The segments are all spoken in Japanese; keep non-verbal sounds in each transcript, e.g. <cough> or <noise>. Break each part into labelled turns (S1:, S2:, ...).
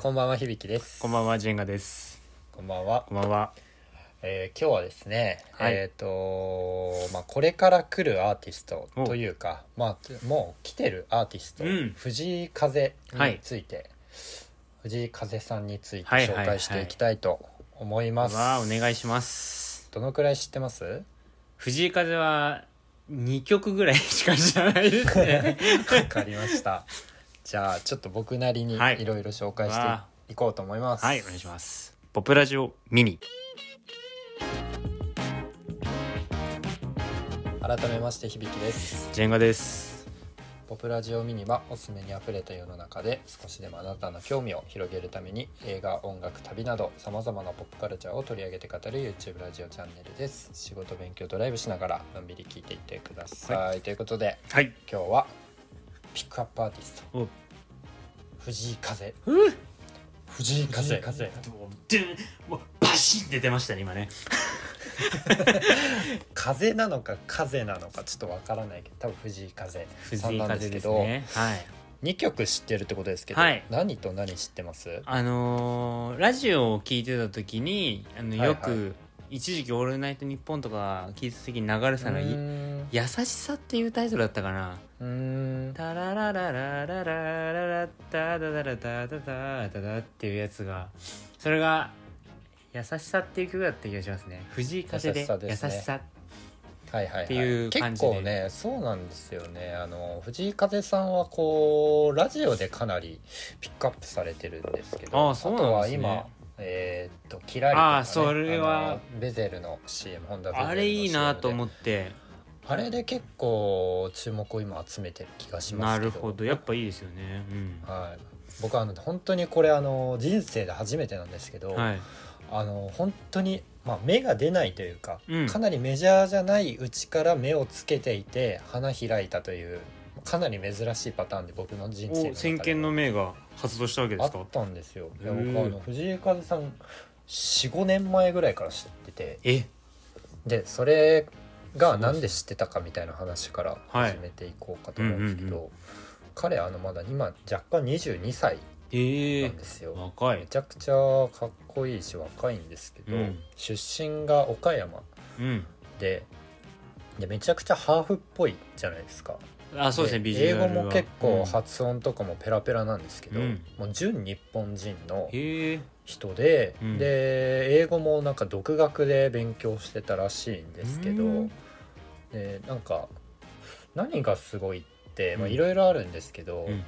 S1: こんばんは、響きです。
S2: こんばんは、ジェンガです。
S1: こんばんは。
S2: こんばんは。
S1: えー今日はですね、
S2: はい
S1: えっ、とまあ、これから来るアーティスト
S2: お
S1: というか、まあ、もう来てるアーティスト、
S2: うん
S1: 藤井風
S2: はい
S1: について、藤井風さんについて
S2: はいは
S1: 紹
S2: い
S1: 介していきたいと思います。
S2: わあ、お願いします。
S1: どのくらい知って
S2: <laughs>
S1: ます
S2: 藤井風は2曲ぐらいしか知らないです <laughs> ね。
S1: わかりました。じゃあ、ちょっと僕なりにい
S2: はい
S1: ろいろ紹介
S2: わあ
S1: していこうと思います。
S2: はい、お願いします。ポップラジオミニ。
S1: 改めまして、響きです。
S2: ジェンガです。
S1: ポプラジオミニはおすすめにあふれた世の中で少しでもあなたの興味を広げるために映画音楽旅などさまざまなポップカルチャーを取り上げて語る YouTube ラジオチャンネルです仕事勉強ドライブしながらのんびり聞いていってください、ということで
S2: はい。
S1: 今日はピックアップアーティスト
S2: お
S1: 藤井風
S2: う
S1: 藤井風
S2: もうドゥンもうバシッて出ましたね、今ね。
S1: 風なのか風なのかちょっとわからないけど多分藤井風さ
S2: 藤
S1: ん
S2: 井
S1: なんで
S2: 風
S1: すけ
S2: です
S1: ど
S2: ね。はい。
S1: 2曲知ってるってことですけど、
S2: はい
S1: 何と何知ってます
S2: あのーラジオを聞いてた時に、あの、
S1: はいはい
S2: よく、一時期「オールナイトニッポン」とか聞いてた時に流れてたの
S1: う
S2: は
S1: ーん
S2: 「優しさ」っていうタイトルだったかな
S1: うーん
S2: タララララララララタダダラタダダダダっていうやつがそれが「優しさ」っていう曲だった気がしますね藤井風で
S1: 優しさですね
S2: 優しさ
S1: はいはいはい、
S2: っていう感じで
S1: 結構ねそうなんですよねあの藤井風さんはこうラジオでかなりピックアップされてるんですけど
S2: ああそうなんですね
S1: あとは今えーっと「キラリ」とか、ね、
S2: ああそれは
S1: あのベゼルの CM 本田ベゼルの CM で
S2: あれいいなと思って
S1: あれで結構注目を今集めてる気がしま
S2: な
S1: すけど
S2: るほどやっぱいいですよねうん
S1: はい僕はあの本当にこれあの人生で初めてなんですけど、
S2: はい
S1: あの本当に、まあ、目が出ないというか、
S2: うん
S1: かなりメジャーじゃないうちから目をつけていて花開いたというかなり珍しいパターンで僕の人生
S2: お先見の明が発動したわけで
S1: あ
S2: す
S1: っ
S2: か
S1: たんですよいや
S2: へ
S1: 僕
S2: え
S1: はあの藤井風さん45年前ぐらいから知ってて
S2: え
S1: でそれがなんで知ってたかみたいな話から
S2: はい
S1: 始めていこうかと思うんですけど、
S2: うんうん
S1: 彼あのまだ今若干22歳
S2: え
S1: なん
S2: え
S1: ですよ、
S2: 若
S1: め
S2: い
S1: ちゃくちゃかっこいいし若いんですけど、
S2: うん
S1: 出身が岡山
S2: うん
S1: ででめちゃくちゃハーフっぽいじゃないですか
S2: あそうですね
S1: で
S2: ビジュアルは
S1: 英語も結構発音とかもペラペラなんですけど、
S2: うん
S1: もう純日本人の
S2: うんへえ
S1: 人で、
S2: うん
S1: で英語もなんか独学で勉強してたらしいんですけど、
S2: うん
S1: でなんか何がすごいってまあ
S2: うん
S1: いろいろあるんですけど、
S2: うんうん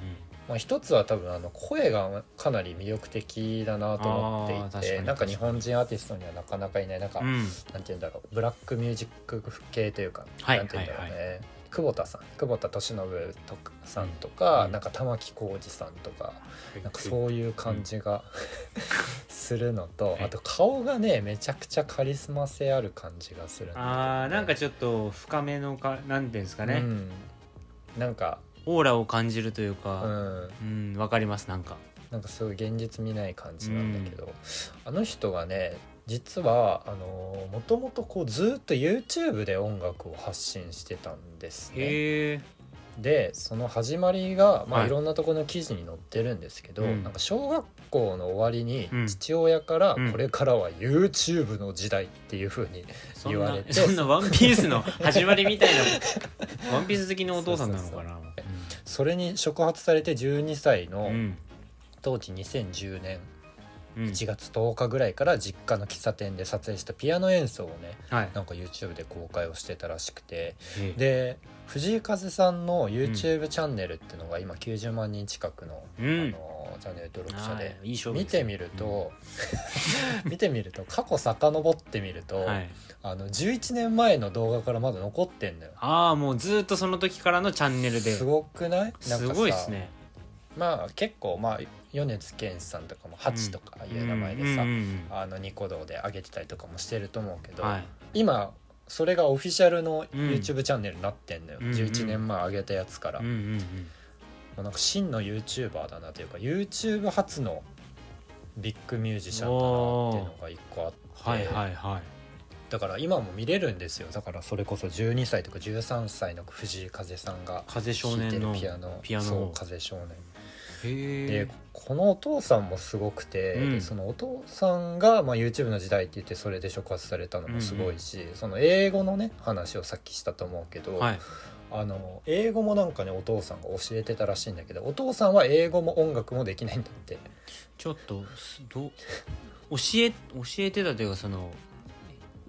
S1: まあ、一つは多分あの声がかなり魅力的だなと思ってい
S2: あー確か
S1: て
S2: に
S1: なんか日本人アーティストにはなかなかいないなんか、
S2: うん
S1: なんて言うんだろうブラックミュージック系というか、
S2: はい
S1: なんて言うんだろうね、
S2: は
S1: 久保田さん久保田利伸とかさんとか、
S2: うん
S1: なんか玉置浩二さんとかなんかそういう感じが、するのと、
S2: はい
S1: あと顔がねめちゃくちゃカリスマ性ある感じがするんだよね
S2: あーなんかちょっと深めのかなんていうんですか
S1: う
S2: ね、
S1: んなんか、
S2: オーラを感じるという
S1: う
S2: か
S1: ん、
S2: うんわ、かりますなんか
S1: なんかすごい現実見ない感じなんだけど、あの人がね実はあのもともとこうずっと YouTube で音楽を発信してたんですね。
S2: へえ
S1: でその始まりが、まあ、
S2: はいい
S1: ろんなところの記事に載ってるんですけど、
S2: うん
S1: なんか小学校の終わりに
S2: うん
S1: 父親から
S2: う
S1: 「
S2: ん
S1: これからは YouTube の時代」っていうふうに
S2: そ
S1: 言
S2: ん
S1: わ
S2: な
S1: れて
S2: そんなワンピースの始まりみたい
S1: <laughs>
S2: なワンピース好きのお父さんなのかな
S1: それに触発されて12歳
S2: う
S1: の
S2: ん
S1: 当時2010年
S2: うん
S1: 1月10日ぐらいから実家の喫茶店で撮影したピアノ演奏をね
S2: はい
S1: なんか YouTube で公開をしてたらしくて
S2: へえ
S1: で藤井風さんの YouTube チャンネルっていうのが今90万人近くの,、
S2: うん
S1: あのチャンネル登録者
S2: あ
S1: で
S2: ーいい勝負
S1: 見
S2: ですね
S1: てみると、 <laughs> 見てみると過去遡ってみると、
S2: うんはい、
S1: あの11年前の動画からまだ残ってんのよ。
S2: ああもうずっとその時からのチャンネルです
S1: ごくないなんかさ
S2: すごいですね
S1: まあ結構まあ米津玄師さんとかも「ハチ」とかいう名前でさ、
S2: うんうんうん
S1: あのニコ動で上げてたりとかもしてると思うけど、
S2: はい、
S1: 今それがオフィシャルの
S2: うん
S1: YouTube チャンネルになってんのよ、
S2: うんうん
S1: 11年前上げたやつから、
S2: うんう
S1: も
S2: んうん、
S1: うなんか真の YouTuber だなというか YouTube 初のビッグミュージシャンだなっていうのが一個あって、
S2: はいはいはい
S1: だから今も見れるんですよだからそれこそ12歳とか13歳の藤井風さんが
S2: 風少
S1: 弾いて
S2: 年
S1: る
S2: の
S1: ピアノ
S2: ピアノ
S1: そう風少年で
S2: へ
S1: このお父さんもすごくて、
S2: うん
S1: でそのお父さんが、まあ、YouTube の時代って言ってそれで触発されたのもすごいし、その英語のね話をさっきしたと思うけど、
S2: えはい
S1: あの英語もなんかねお父さんが教えてたらしいんだけどお父さんは英語も音楽もできないんだって
S2: ちょっとすどう教え教えてたというかその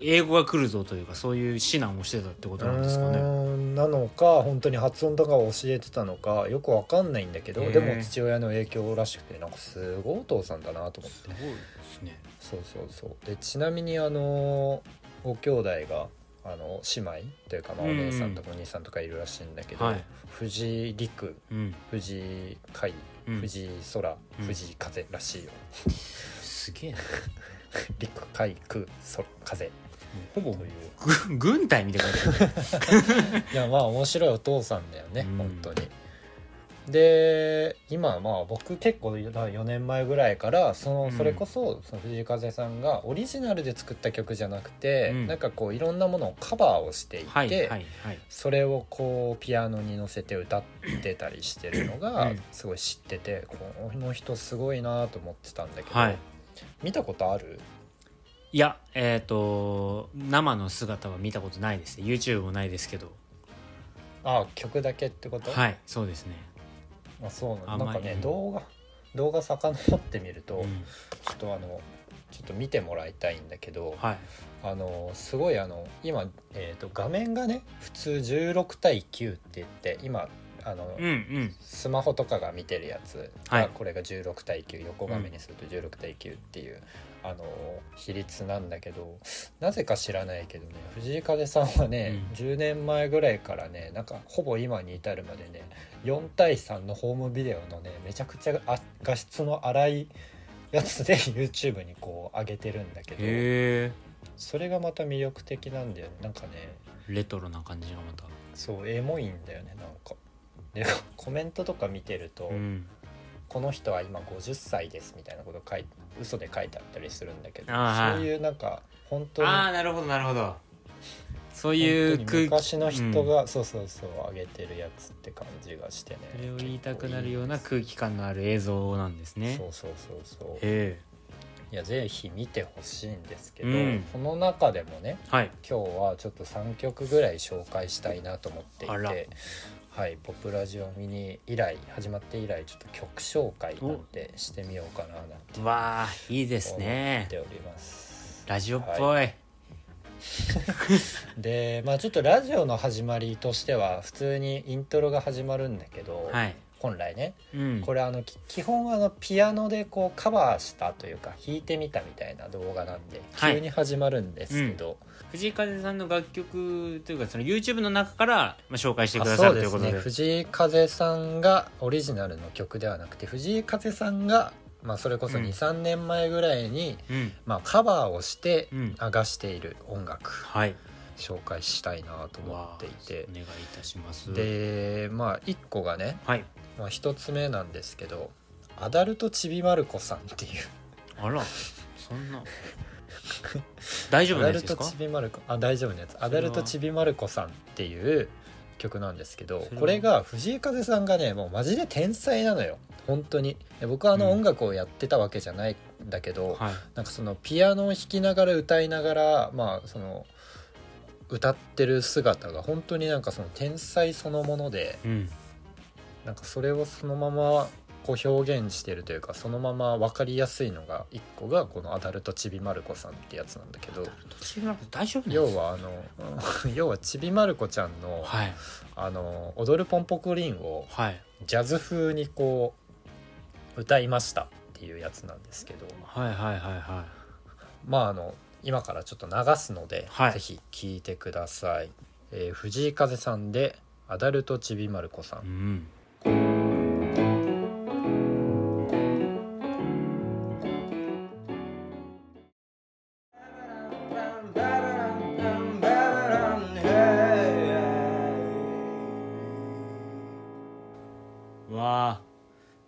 S2: 英語が来るぞというかそういう指南をしてたってことなんですか
S1: う
S2: ね
S1: ーんなのか本当に発音とかを教えてたのかよくわかんないんだけど
S2: へー
S1: でも父親の影響らしくてなんかすごいお父さんだなと思って
S2: すごいですね
S1: そうそうそうでちなみにあのご兄弟があの姉妹というか、まあ、お姉さんとかお兄さんとかいるらしいんだけど、
S2: はい
S1: 藤井陸
S2: うん、
S1: 藤井海
S2: うん、
S1: 藤井空、
S2: うん
S1: 藤井風らしいよ
S2: すげえな
S1: 陸海空空風
S2: <laughs> ほぼ
S1: という
S2: ぐ軍隊みたいな感じ
S1: いやまあ面白いお父さんだよね、
S2: うん
S1: 本当に。で今まあ僕結構4年前ぐらいからその
S2: うん
S1: それこそその藤井風さんがオリジナルで作った曲じゃなくて、
S2: うん
S1: なんかこういろんなものをカバーをしていて、
S2: はいはいはい
S1: それをこうピアノに乗せて歌ってたりしてるのが
S2: うん
S1: すごい知ってて、この人すごいなと思ってたんだけど、
S2: はい
S1: 見たことある
S2: いやえっ、と生の姿は見たことないですね YouTube もないですけど
S1: あ曲だけってこと、
S2: はいそうですね、
S1: あそうな
S2: あ
S1: の
S2: ん
S1: な
S2: ま
S1: ん
S2: り
S1: かね動画動画遡ってみると、
S2: うん
S1: ちょっとあのちょっと見てもらいたいんだけど、
S2: はい
S1: あのすごいあの今、えー、と画面がね普通16対9って言って今あの、
S2: うんうん
S1: スマホとかが見てるやつが、
S2: はい
S1: これが16対9横画面にすると16対9っていう、あの比率なんだけどなぜか知らないけどね藤井風さんはね、
S2: うん
S1: 10年前ぐらいからねなんかほぼ今に至るまでね4対3のホームビデオのねめちゃくちゃあ画質の荒いやつで <laughs> YouTube にこう上げてるんだけど
S2: へえ
S1: それがまた魅力的なんだよねなんかね
S2: レトロな感じがまた
S1: そうエモいんだよねなんか。でコメントとか見てると、
S2: うん
S1: この人は今50歳ですみたいなこと書い嘘で書いてあったりするんだけど
S2: あー
S1: そういうなんか本当に
S2: ああなるほどなるほどそう
S1: 本
S2: い
S1: 当
S2: う
S1: に
S2: 空気
S1: 昔の人が、そうそうそう上げてるやつって感じがしてね
S2: それを言いたくなるような
S1: 結構いい
S2: 空気感のある映像なんです
S1: で
S2: ね
S1: すそうそうそうそう
S2: へえ
S1: いやぜひ見てほしいんですけど、
S2: うん
S1: この中でもね
S2: はい
S1: 今日はちょっと3曲ぐらい紹介したいなと思ってい
S2: あら
S1: てはい「ポップラジオミニ」以来始まって以来ちょっと曲紹介なんてしてみようかななんて
S2: わあいいです
S1: 思
S2: ね
S1: っております。
S2: ラジオっぽい
S1: でまあちょっとラジオの始まりとしては普通にイントロが始まるんだけど、
S2: はい
S1: 本来ね
S2: うん
S1: これあのき基本あのピアノでこうカバーしたというか弾いてみたみたいな動画なんで
S2: はい
S1: 急に始まるんですけど、
S2: 藤井風さんの楽曲というかその YouTube の中からまあ紹介してく
S1: あ
S2: ださ
S1: そう
S2: るとい
S1: で
S2: う
S1: す
S2: こと
S1: ね
S2: で
S1: 藤井風さんがオリジナルの曲ではなくて藤井風さんが、まあ、それこそ
S2: うん
S1: 23、3年前ぐらいに、
S2: うん
S1: まあ、カバーをして
S2: うん
S1: 流している音楽
S2: はい
S1: 紹介したいなと思
S2: わ
S1: っ
S2: あ
S1: ていて
S2: お。願いいたします
S1: でまあ1個がね、
S2: はい
S1: まあ、1つ目なんですけどアダルトちびまる子さんっていう
S2: あらそんな <laughs> 大丈
S1: ア
S2: 夫な
S1: ダ
S2: や
S1: ル
S2: つで
S1: ト
S2: すか
S1: ちびまる子あ大丈夫なやつアダルトちびまる子さんっていう曲なんですけど
S2: それは
S1: これが藤井風さんがねもうマジで天才なのよ本当にで僕はあの
S2: うん
S1: 音楽をやってたわけじゃないんだけど、
S2: はい
S1: なんかそのピアノを弾きながら歌いながらまあその歌ってる姿が本当になんかその天才そのもので、
S2: うん
S1: なんかそれをそのままこう表現してるというかそのまま分かりやすいのが一個がこの「アダルトちびまる子さん」ってやつなんだけど
S2: 途中なんか大丈夫なや
S1: 要
S2: つ
S1: はあの要はちびまる子ちゃんの
S2: はい
S1: あの踊るポンポコリンを
S2: はい
S1: ジャズ風にこう歌いましたっていうやつなんですけど
S2: はいはいはいは
S1: まああの今からちょっと流すので、
S2: はい
S1: ぜひ聴いてください、えー藤井風さんで「アダルトちびまる子さん
S2: い」うんわあ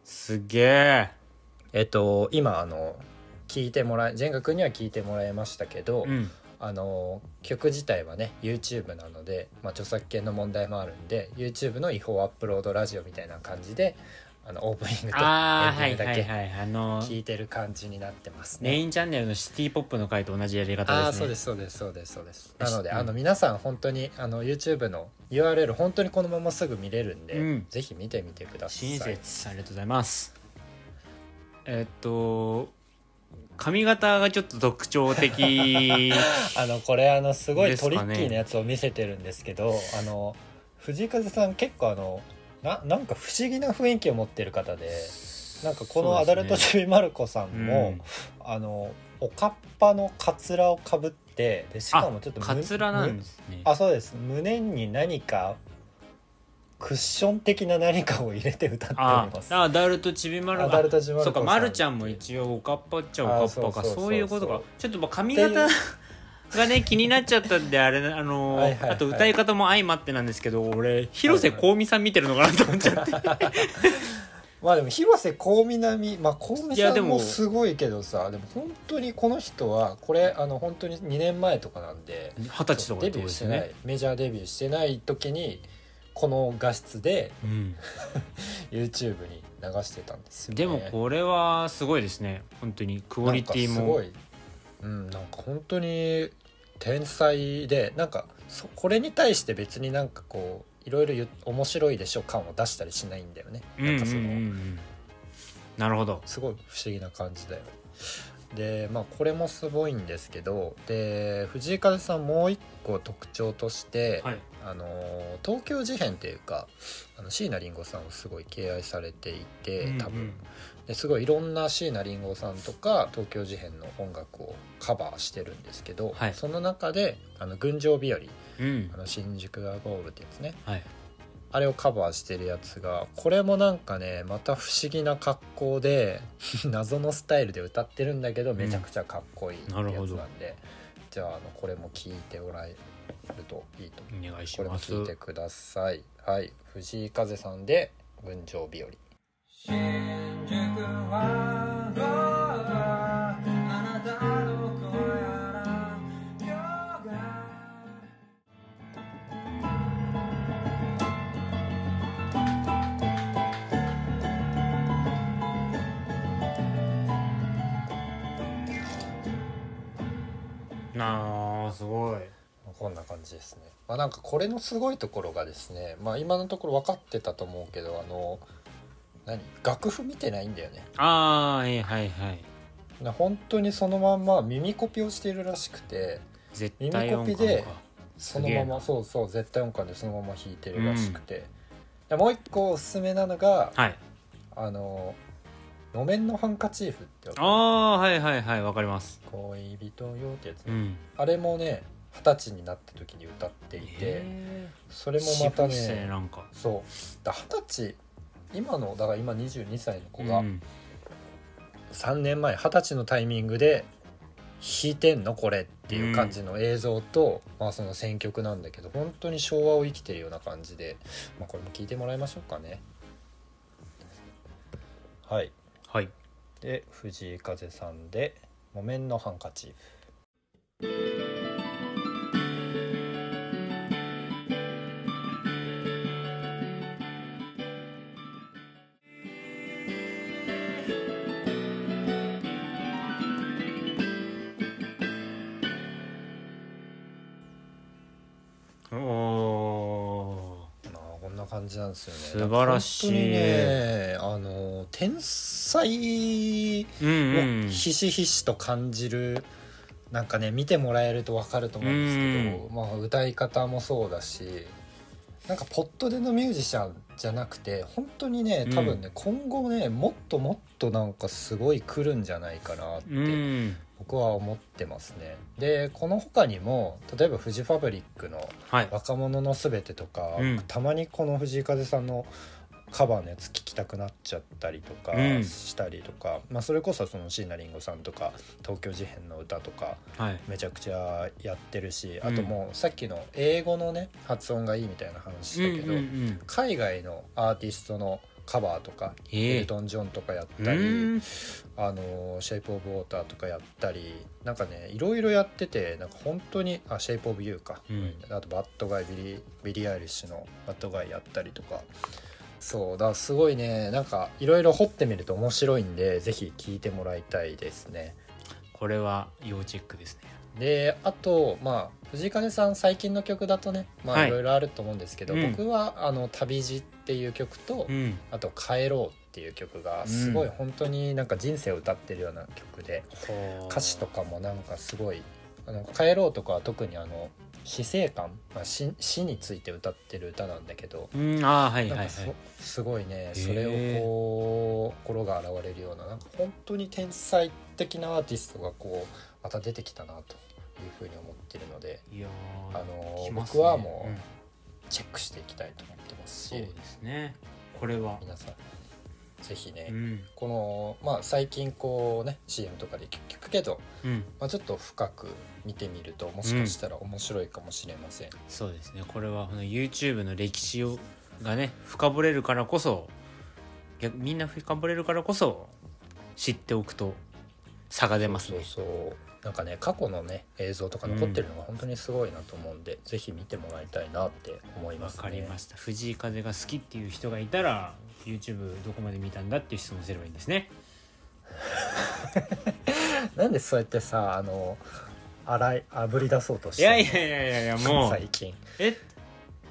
S2: すっげえ
S1: えっと今あの聞いてもらえ全学には聞いてもらいましたけど、
S2: うん
S1: あの曲自体はね YouTube なので、まあ、著作権の問題もあるんで YouTube の違法アップロードラジオみたいな感じであのオープニングと
S2: ああは
S1: エン
S2: い
S1: ディン
S2: は
S1: グ
S2: い
S1: だ
S2: はいあの
S1: け聞いてる感じになってます
S2: メ
S1: ね。
S2: インチャンネルのシティポップの回と同じやり
S1: あ
S2: 方
S1: あ
S2: ですね
S1: そうですそうですそうですそうです
S2: よ
S1: な
S2: し
S1: ので、
S2: うん
S1: あの皆さん本当にあの YouTube の URL 本当にこのまますぐ見れるんで、
S2: うん
S1: ぜひ見てみてください
S2: 親切ありがとうございますえっと髪型がちょっと特徴的
S1: あのこれあのすごい
S2: です
S1: ト
S2: か
S1: リ
S2: ね
S1: ッキーなやつを見せてるんですけどあの藤井風さん結構あのななんか不思議な雰囲気を持ってる方で <laughs> なんかこのアダルト
S2: そうです
S1: ちびまる子さんも、
S2: ね
S1: あのおかっぱのかつらをかぶってでしかもちょっと
S2: うん
S1: む
S2: カツラなん
S1: む
S2: ですね
S1: あそうです胸に何かクッション的な何かを入れて歌っており
S2: あ
S1: ます
S2: あアダルトちびまる
S1: アダル
S2: あ
S1: トちびまる子
S2: そう
S1: さ
S2: か
S1: ん
S2: まるちゃんも一応おかっぱっちゃおかっぱ
S1: あそうそう
S2: か
S1: そうそう
S2: そういうことかちょっとまあ髪
S1: ってい
S2: 型
S1: う
S2: がね気になっちゃったんであれあ
S1: <laughs>
S2: の
S1: はいはいはい
S2: あと歌い方も相まってなんですけど俺広瀬香美さん見てるのかなと思っちゃ
S1: <laughs>
S2: って
S1: まあでも広瀬香美並みまあ香美
S2: い
S1: さ
S2: やで
S1: んも
S2: も
S1: すごいけどさでも本当にこの人はこれあの本当に2年前とかなんで
S2: 二十歳とか
S1: デ
S2: って
S1: ビュー
S2: ことで
S1: し
S2: す
S1: て
S2: よ
S1: ない、
S2: ね、
S1: メジャーデビューしてない時にこの画質で
S2: うん
S1: YouTube に流してたんですよ、ね、
S2: でもこれはすごいですね本当にクオリティ
S1: なんかすご
S2: も
S1: いうんなんか本当に天才でなんかそこれに対して別になんかこういろいろ言う面白いでしょ感を出したりしないんだよね
S2: うんう
S1: なんん
S2: うんう
S1: かその、
S2: んなるほど
S1: すごい不思議な感じだよでまあこれもすごいんですけどで藤井風さんもう一個特徴として、
S2: はい
S1: あのー東京事変というかあの椎名林檎さんをすごい敬愛されていて多分、
S2: うんうん
S1: ですごいいろんな椎名林檎さんとか東京事変の音楽をカバーしてるんですけど、
S2: はい
S1: その中で「あの群青日和」
S2: うん
S1: あの新宿がゴールってやつね
S2: はい
S1: あれをカバーしてるやつがこれもなんかねまた不思議な格好で <laughs> 謎のスタイルで歌ってるんだけどめちゃくちゃかっこいいってや
S2: な
S1: つ
S2: る
S1: なん
S2: ほ
S1: で、
S2: ど
S1: じゃああのこれも聞いておられるといいと思います
S2: お願いし
S1: これも
S2: ます
S1: 聞いてくださいはい藤井風さんで「群青日和」
S3: 新宿はどこあなたどこやら夜が
S2: あーすごい
S1: こんな感じですね。まあ、なんかこれのすごいところがですね、まあ、今のところ分かってたと思うけどあの何楽譜見てないんだよね。
S2: ああはいはいはい
S1: な本当にそのまんま耳コピをしているらしくて
S2: 絶対音
S1: 耳コ
S2: 感
S1: ピで
S2: か
S1: そのま
S2: すげえな
S1: まそうそう絶対音感でそのまま弾いてるらしくて、でもう一個おすすめなのが
S2: はい
S1: あの「木綿のハンカチーフ」ってわか
S2: あ
S1: る
S2: あはいはいはいわかります
S1: 恋人よ」ってやつ、
S2: うん
S1: あれもね二十歳になった時に歌っていて
S2: へ
S1: そ
S2: ー
S1: れもまた
S2: 渋いっす
S1: ね
S2: なんか
S1: そうだから二十歳今のだから今22歳の子が
S2: うん
S1: 3年前二十歳のタイミングで弾いてんのこれっていう感じの映像と、まあその選曲なんだけど本当に昭和を生きてるような感じで、まあ、これも聞いてもらいましょうかねはい
S2: はい
S1: で藤井風さんで「木綿のハンカチーフ」
S2: おお
S1: まあこんな感じなんですよね
S2: 素晴らしい
S1: 本当にねあの天才
S2: ーうんうん
S1: をひしひしと感じるなんかね見てもらえると分かると思うんですけど、
S2: う
S1: まあ、歌い方もそうだしなんかポットでのミュージシャンじゃなくて本当にね多分ね、今後ねもっともっとなんかすごい来るんじゃないかなって
S2: うん
S1: 僕は思ってますね。でこの他にも例えばフジファブリックの
S2: はい
S1: 若者のすべてとか、
S2: うん
S1: たまにこの藤井風さんのカバーのやつ聞きたくなっちゃったりとか
S2: うん
S1: したりとか、まあ、それこそその椎名林檎さんとか東京事変の歌とか
S2: はい
S1: めちゃくちゃやってるし
S2: ん
S1: あともうさっきの英語のね発音がいいみたいな話したけど、
S2: うんうんうん
S1: 海外のアーティストのカバーとか、
S2: ええ
S1: エルトン・ジョンとかやっ
S2: う
S1: たり。
S2: ーん
S1: あのシェイプ・オブ・ウォーターとかやったりなんかねいろいろやっててなんか本当にあシェイプ・オブ・ユーか、
S2: うん
S1: あとバッドガイビリービリー・アイリッシュのバッドガイやったりとかそうだからすごいねなんかいろいろ掘ってみると面白いんでぜひ聞いてもらいたいですね
S2: これは要チェックですね
S1: であとまあ藤井風さん最近の曲だとねま
S2: は
S1: あ
S2: い
S1: いろいろあると思うんですけど、
S2: うん
S1: 僕はあの「旅路」っていう曲と、
S2: うん
S1: あと「帰ろう」っていう曲がすごい
S2: うん
S1: 本当になんか人生を歌ってるような曲で、歌詞と
S2: か
S1: かもなんかすごい「あの帰ろう」とかは特にあの死生観、まあ、死死について歌ってる歌なんだけど、
S2: うんああはい
S1: な
S2: は
S1: ん
S2: いは
S1: か
S2: い
S1: そすごいね
S2: へー
S1: それをこう心が現れるようななんか本当に天才的なアーティストがこうまた出てきたなというふうに思ってるので
S2: いや
S1: あ
S2: ー
S1: の
S2: 来ます
S1: 僕
S2: ね
S1: はも
S2: ん
S1: うチェックしていきたいと思ってますし、
S2: そうですねこれは
S1: 皆さんぜひね、
S2: うん
S1: このまあ最近こうね CM とかで聞くけど、
S2: うん
S1: まあ、ちょっと深く見てみるともしかしたら面白いかもしれません、
S2: そうですねこれはこの YouTube の歴史をがね深掘れるからこそ逆みんな深掘れるからこそ知っておくと差が出ます
S1: そ
S2: ね
S1: うそうなんかね過去のね映像とか残ってるのが本当にすごいなと思うんで、ぜひ見てもらいたいなって思い
S2: わ
S1: ますね
S2: かりました藤井風が好きっていう人がいたら YouTube どこまで見たんだっていう質問すればいいんですね
S1: なんでそうやってさあの洗い炙り出そうとし
S2: い
S1: てるの
S2: やいやいやいやいやもう
S1: 最近
S2: え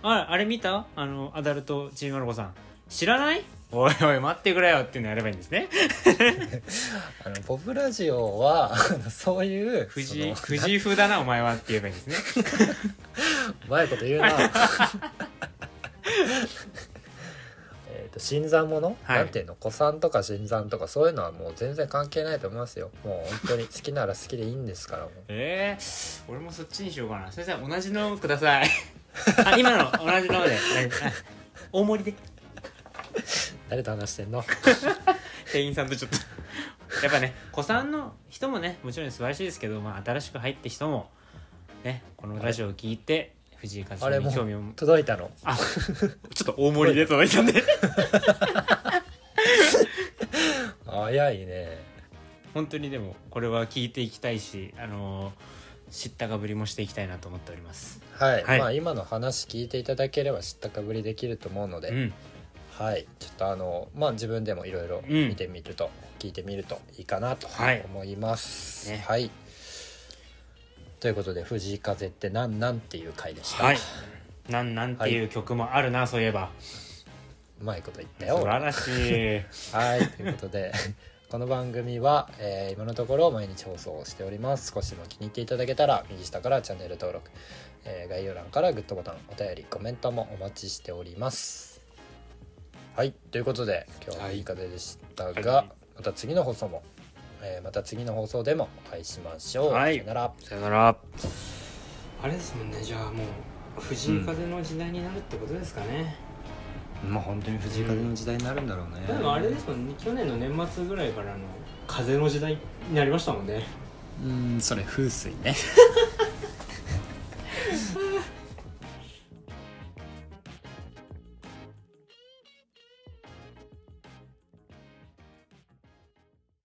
S2: ああれ見たあのアダルトチームマルコさん知らないおいおい待ってくれよっていうのやればいいんですね
S1: あのボブラジオはあのそういう
S2: <laughs> 藤井
S1: その
S2: 藤井風だなお前はって言えばいいんですね
S1: うまいこと言うな <laughs> えっと新参者、
S2: はい
S1: なんていうの子さんとか新参とかそういうのはもう全然関係ないと思いますよもう本当に好きなら好きでいいんですからもう
S2: <laughs> ええ俺もそっちにしようかな先生同じのください <laughs> あ今の同じのではいあ大盛りで
S1: 誰と話してんの <laughs>
S2: 店員さんとちょっとやっぱね子さんの人もねもちろん素晴らしいですけど、まあ、新しく入って人もねこのラジオを聞いて藤井風
S1: あ
S2: さ
S1: れ
S2: ん
S1: も
S2: に興味を
S1: う届いたの
S2: あちょっと大盛りで届いたんで
S1: 早いね
S2: 本当にでもこれは聞いていきたいしあのー知ったかぶりもしていきたいなと思っております
S1: はい、
S2: はい
S1: まあ今の話聞いていただければ知ったかぶりできると思うので、
S2: うん
S1: はいちょっとあのまあ自分でもいろいろ
S2: うん
S1: 見てみると、聞いてみるといいかなと
S2: はい
S1: 思います、
S2: ね
S1: はい、ということで「藤井風ってなんなん?」っていう回でした、
S2: はいなんなんていう曲もあるな、そういえば
S1: うまいこと言ったよ
S2: 素晴らしい
S1: はいということで <laughs> この番組は、えー今のところ毎日放送をしております少しでも気に入っていただけたら右下からチャンネル登録、えー概要欄からグッドボタンお便りコメントもお待ちしておりますはいということで今日は
S2: はい
S1: いい風でしたが、
S2: はい
S1: また次の放送も、えーまた次の放送でもお会いしましょう、
S2: はい
S1: さよなら
S2: さよならあれですもんねじゃあもう藤井風の時代になるってことですかね、
S1: まあ本当に藤
S2: 井風の
S1: 時代になるんだろうね
S2: でもあれですもんね去年の年末ぐらいからの風の時代になりましたもんね
S1: うんそれ風水ね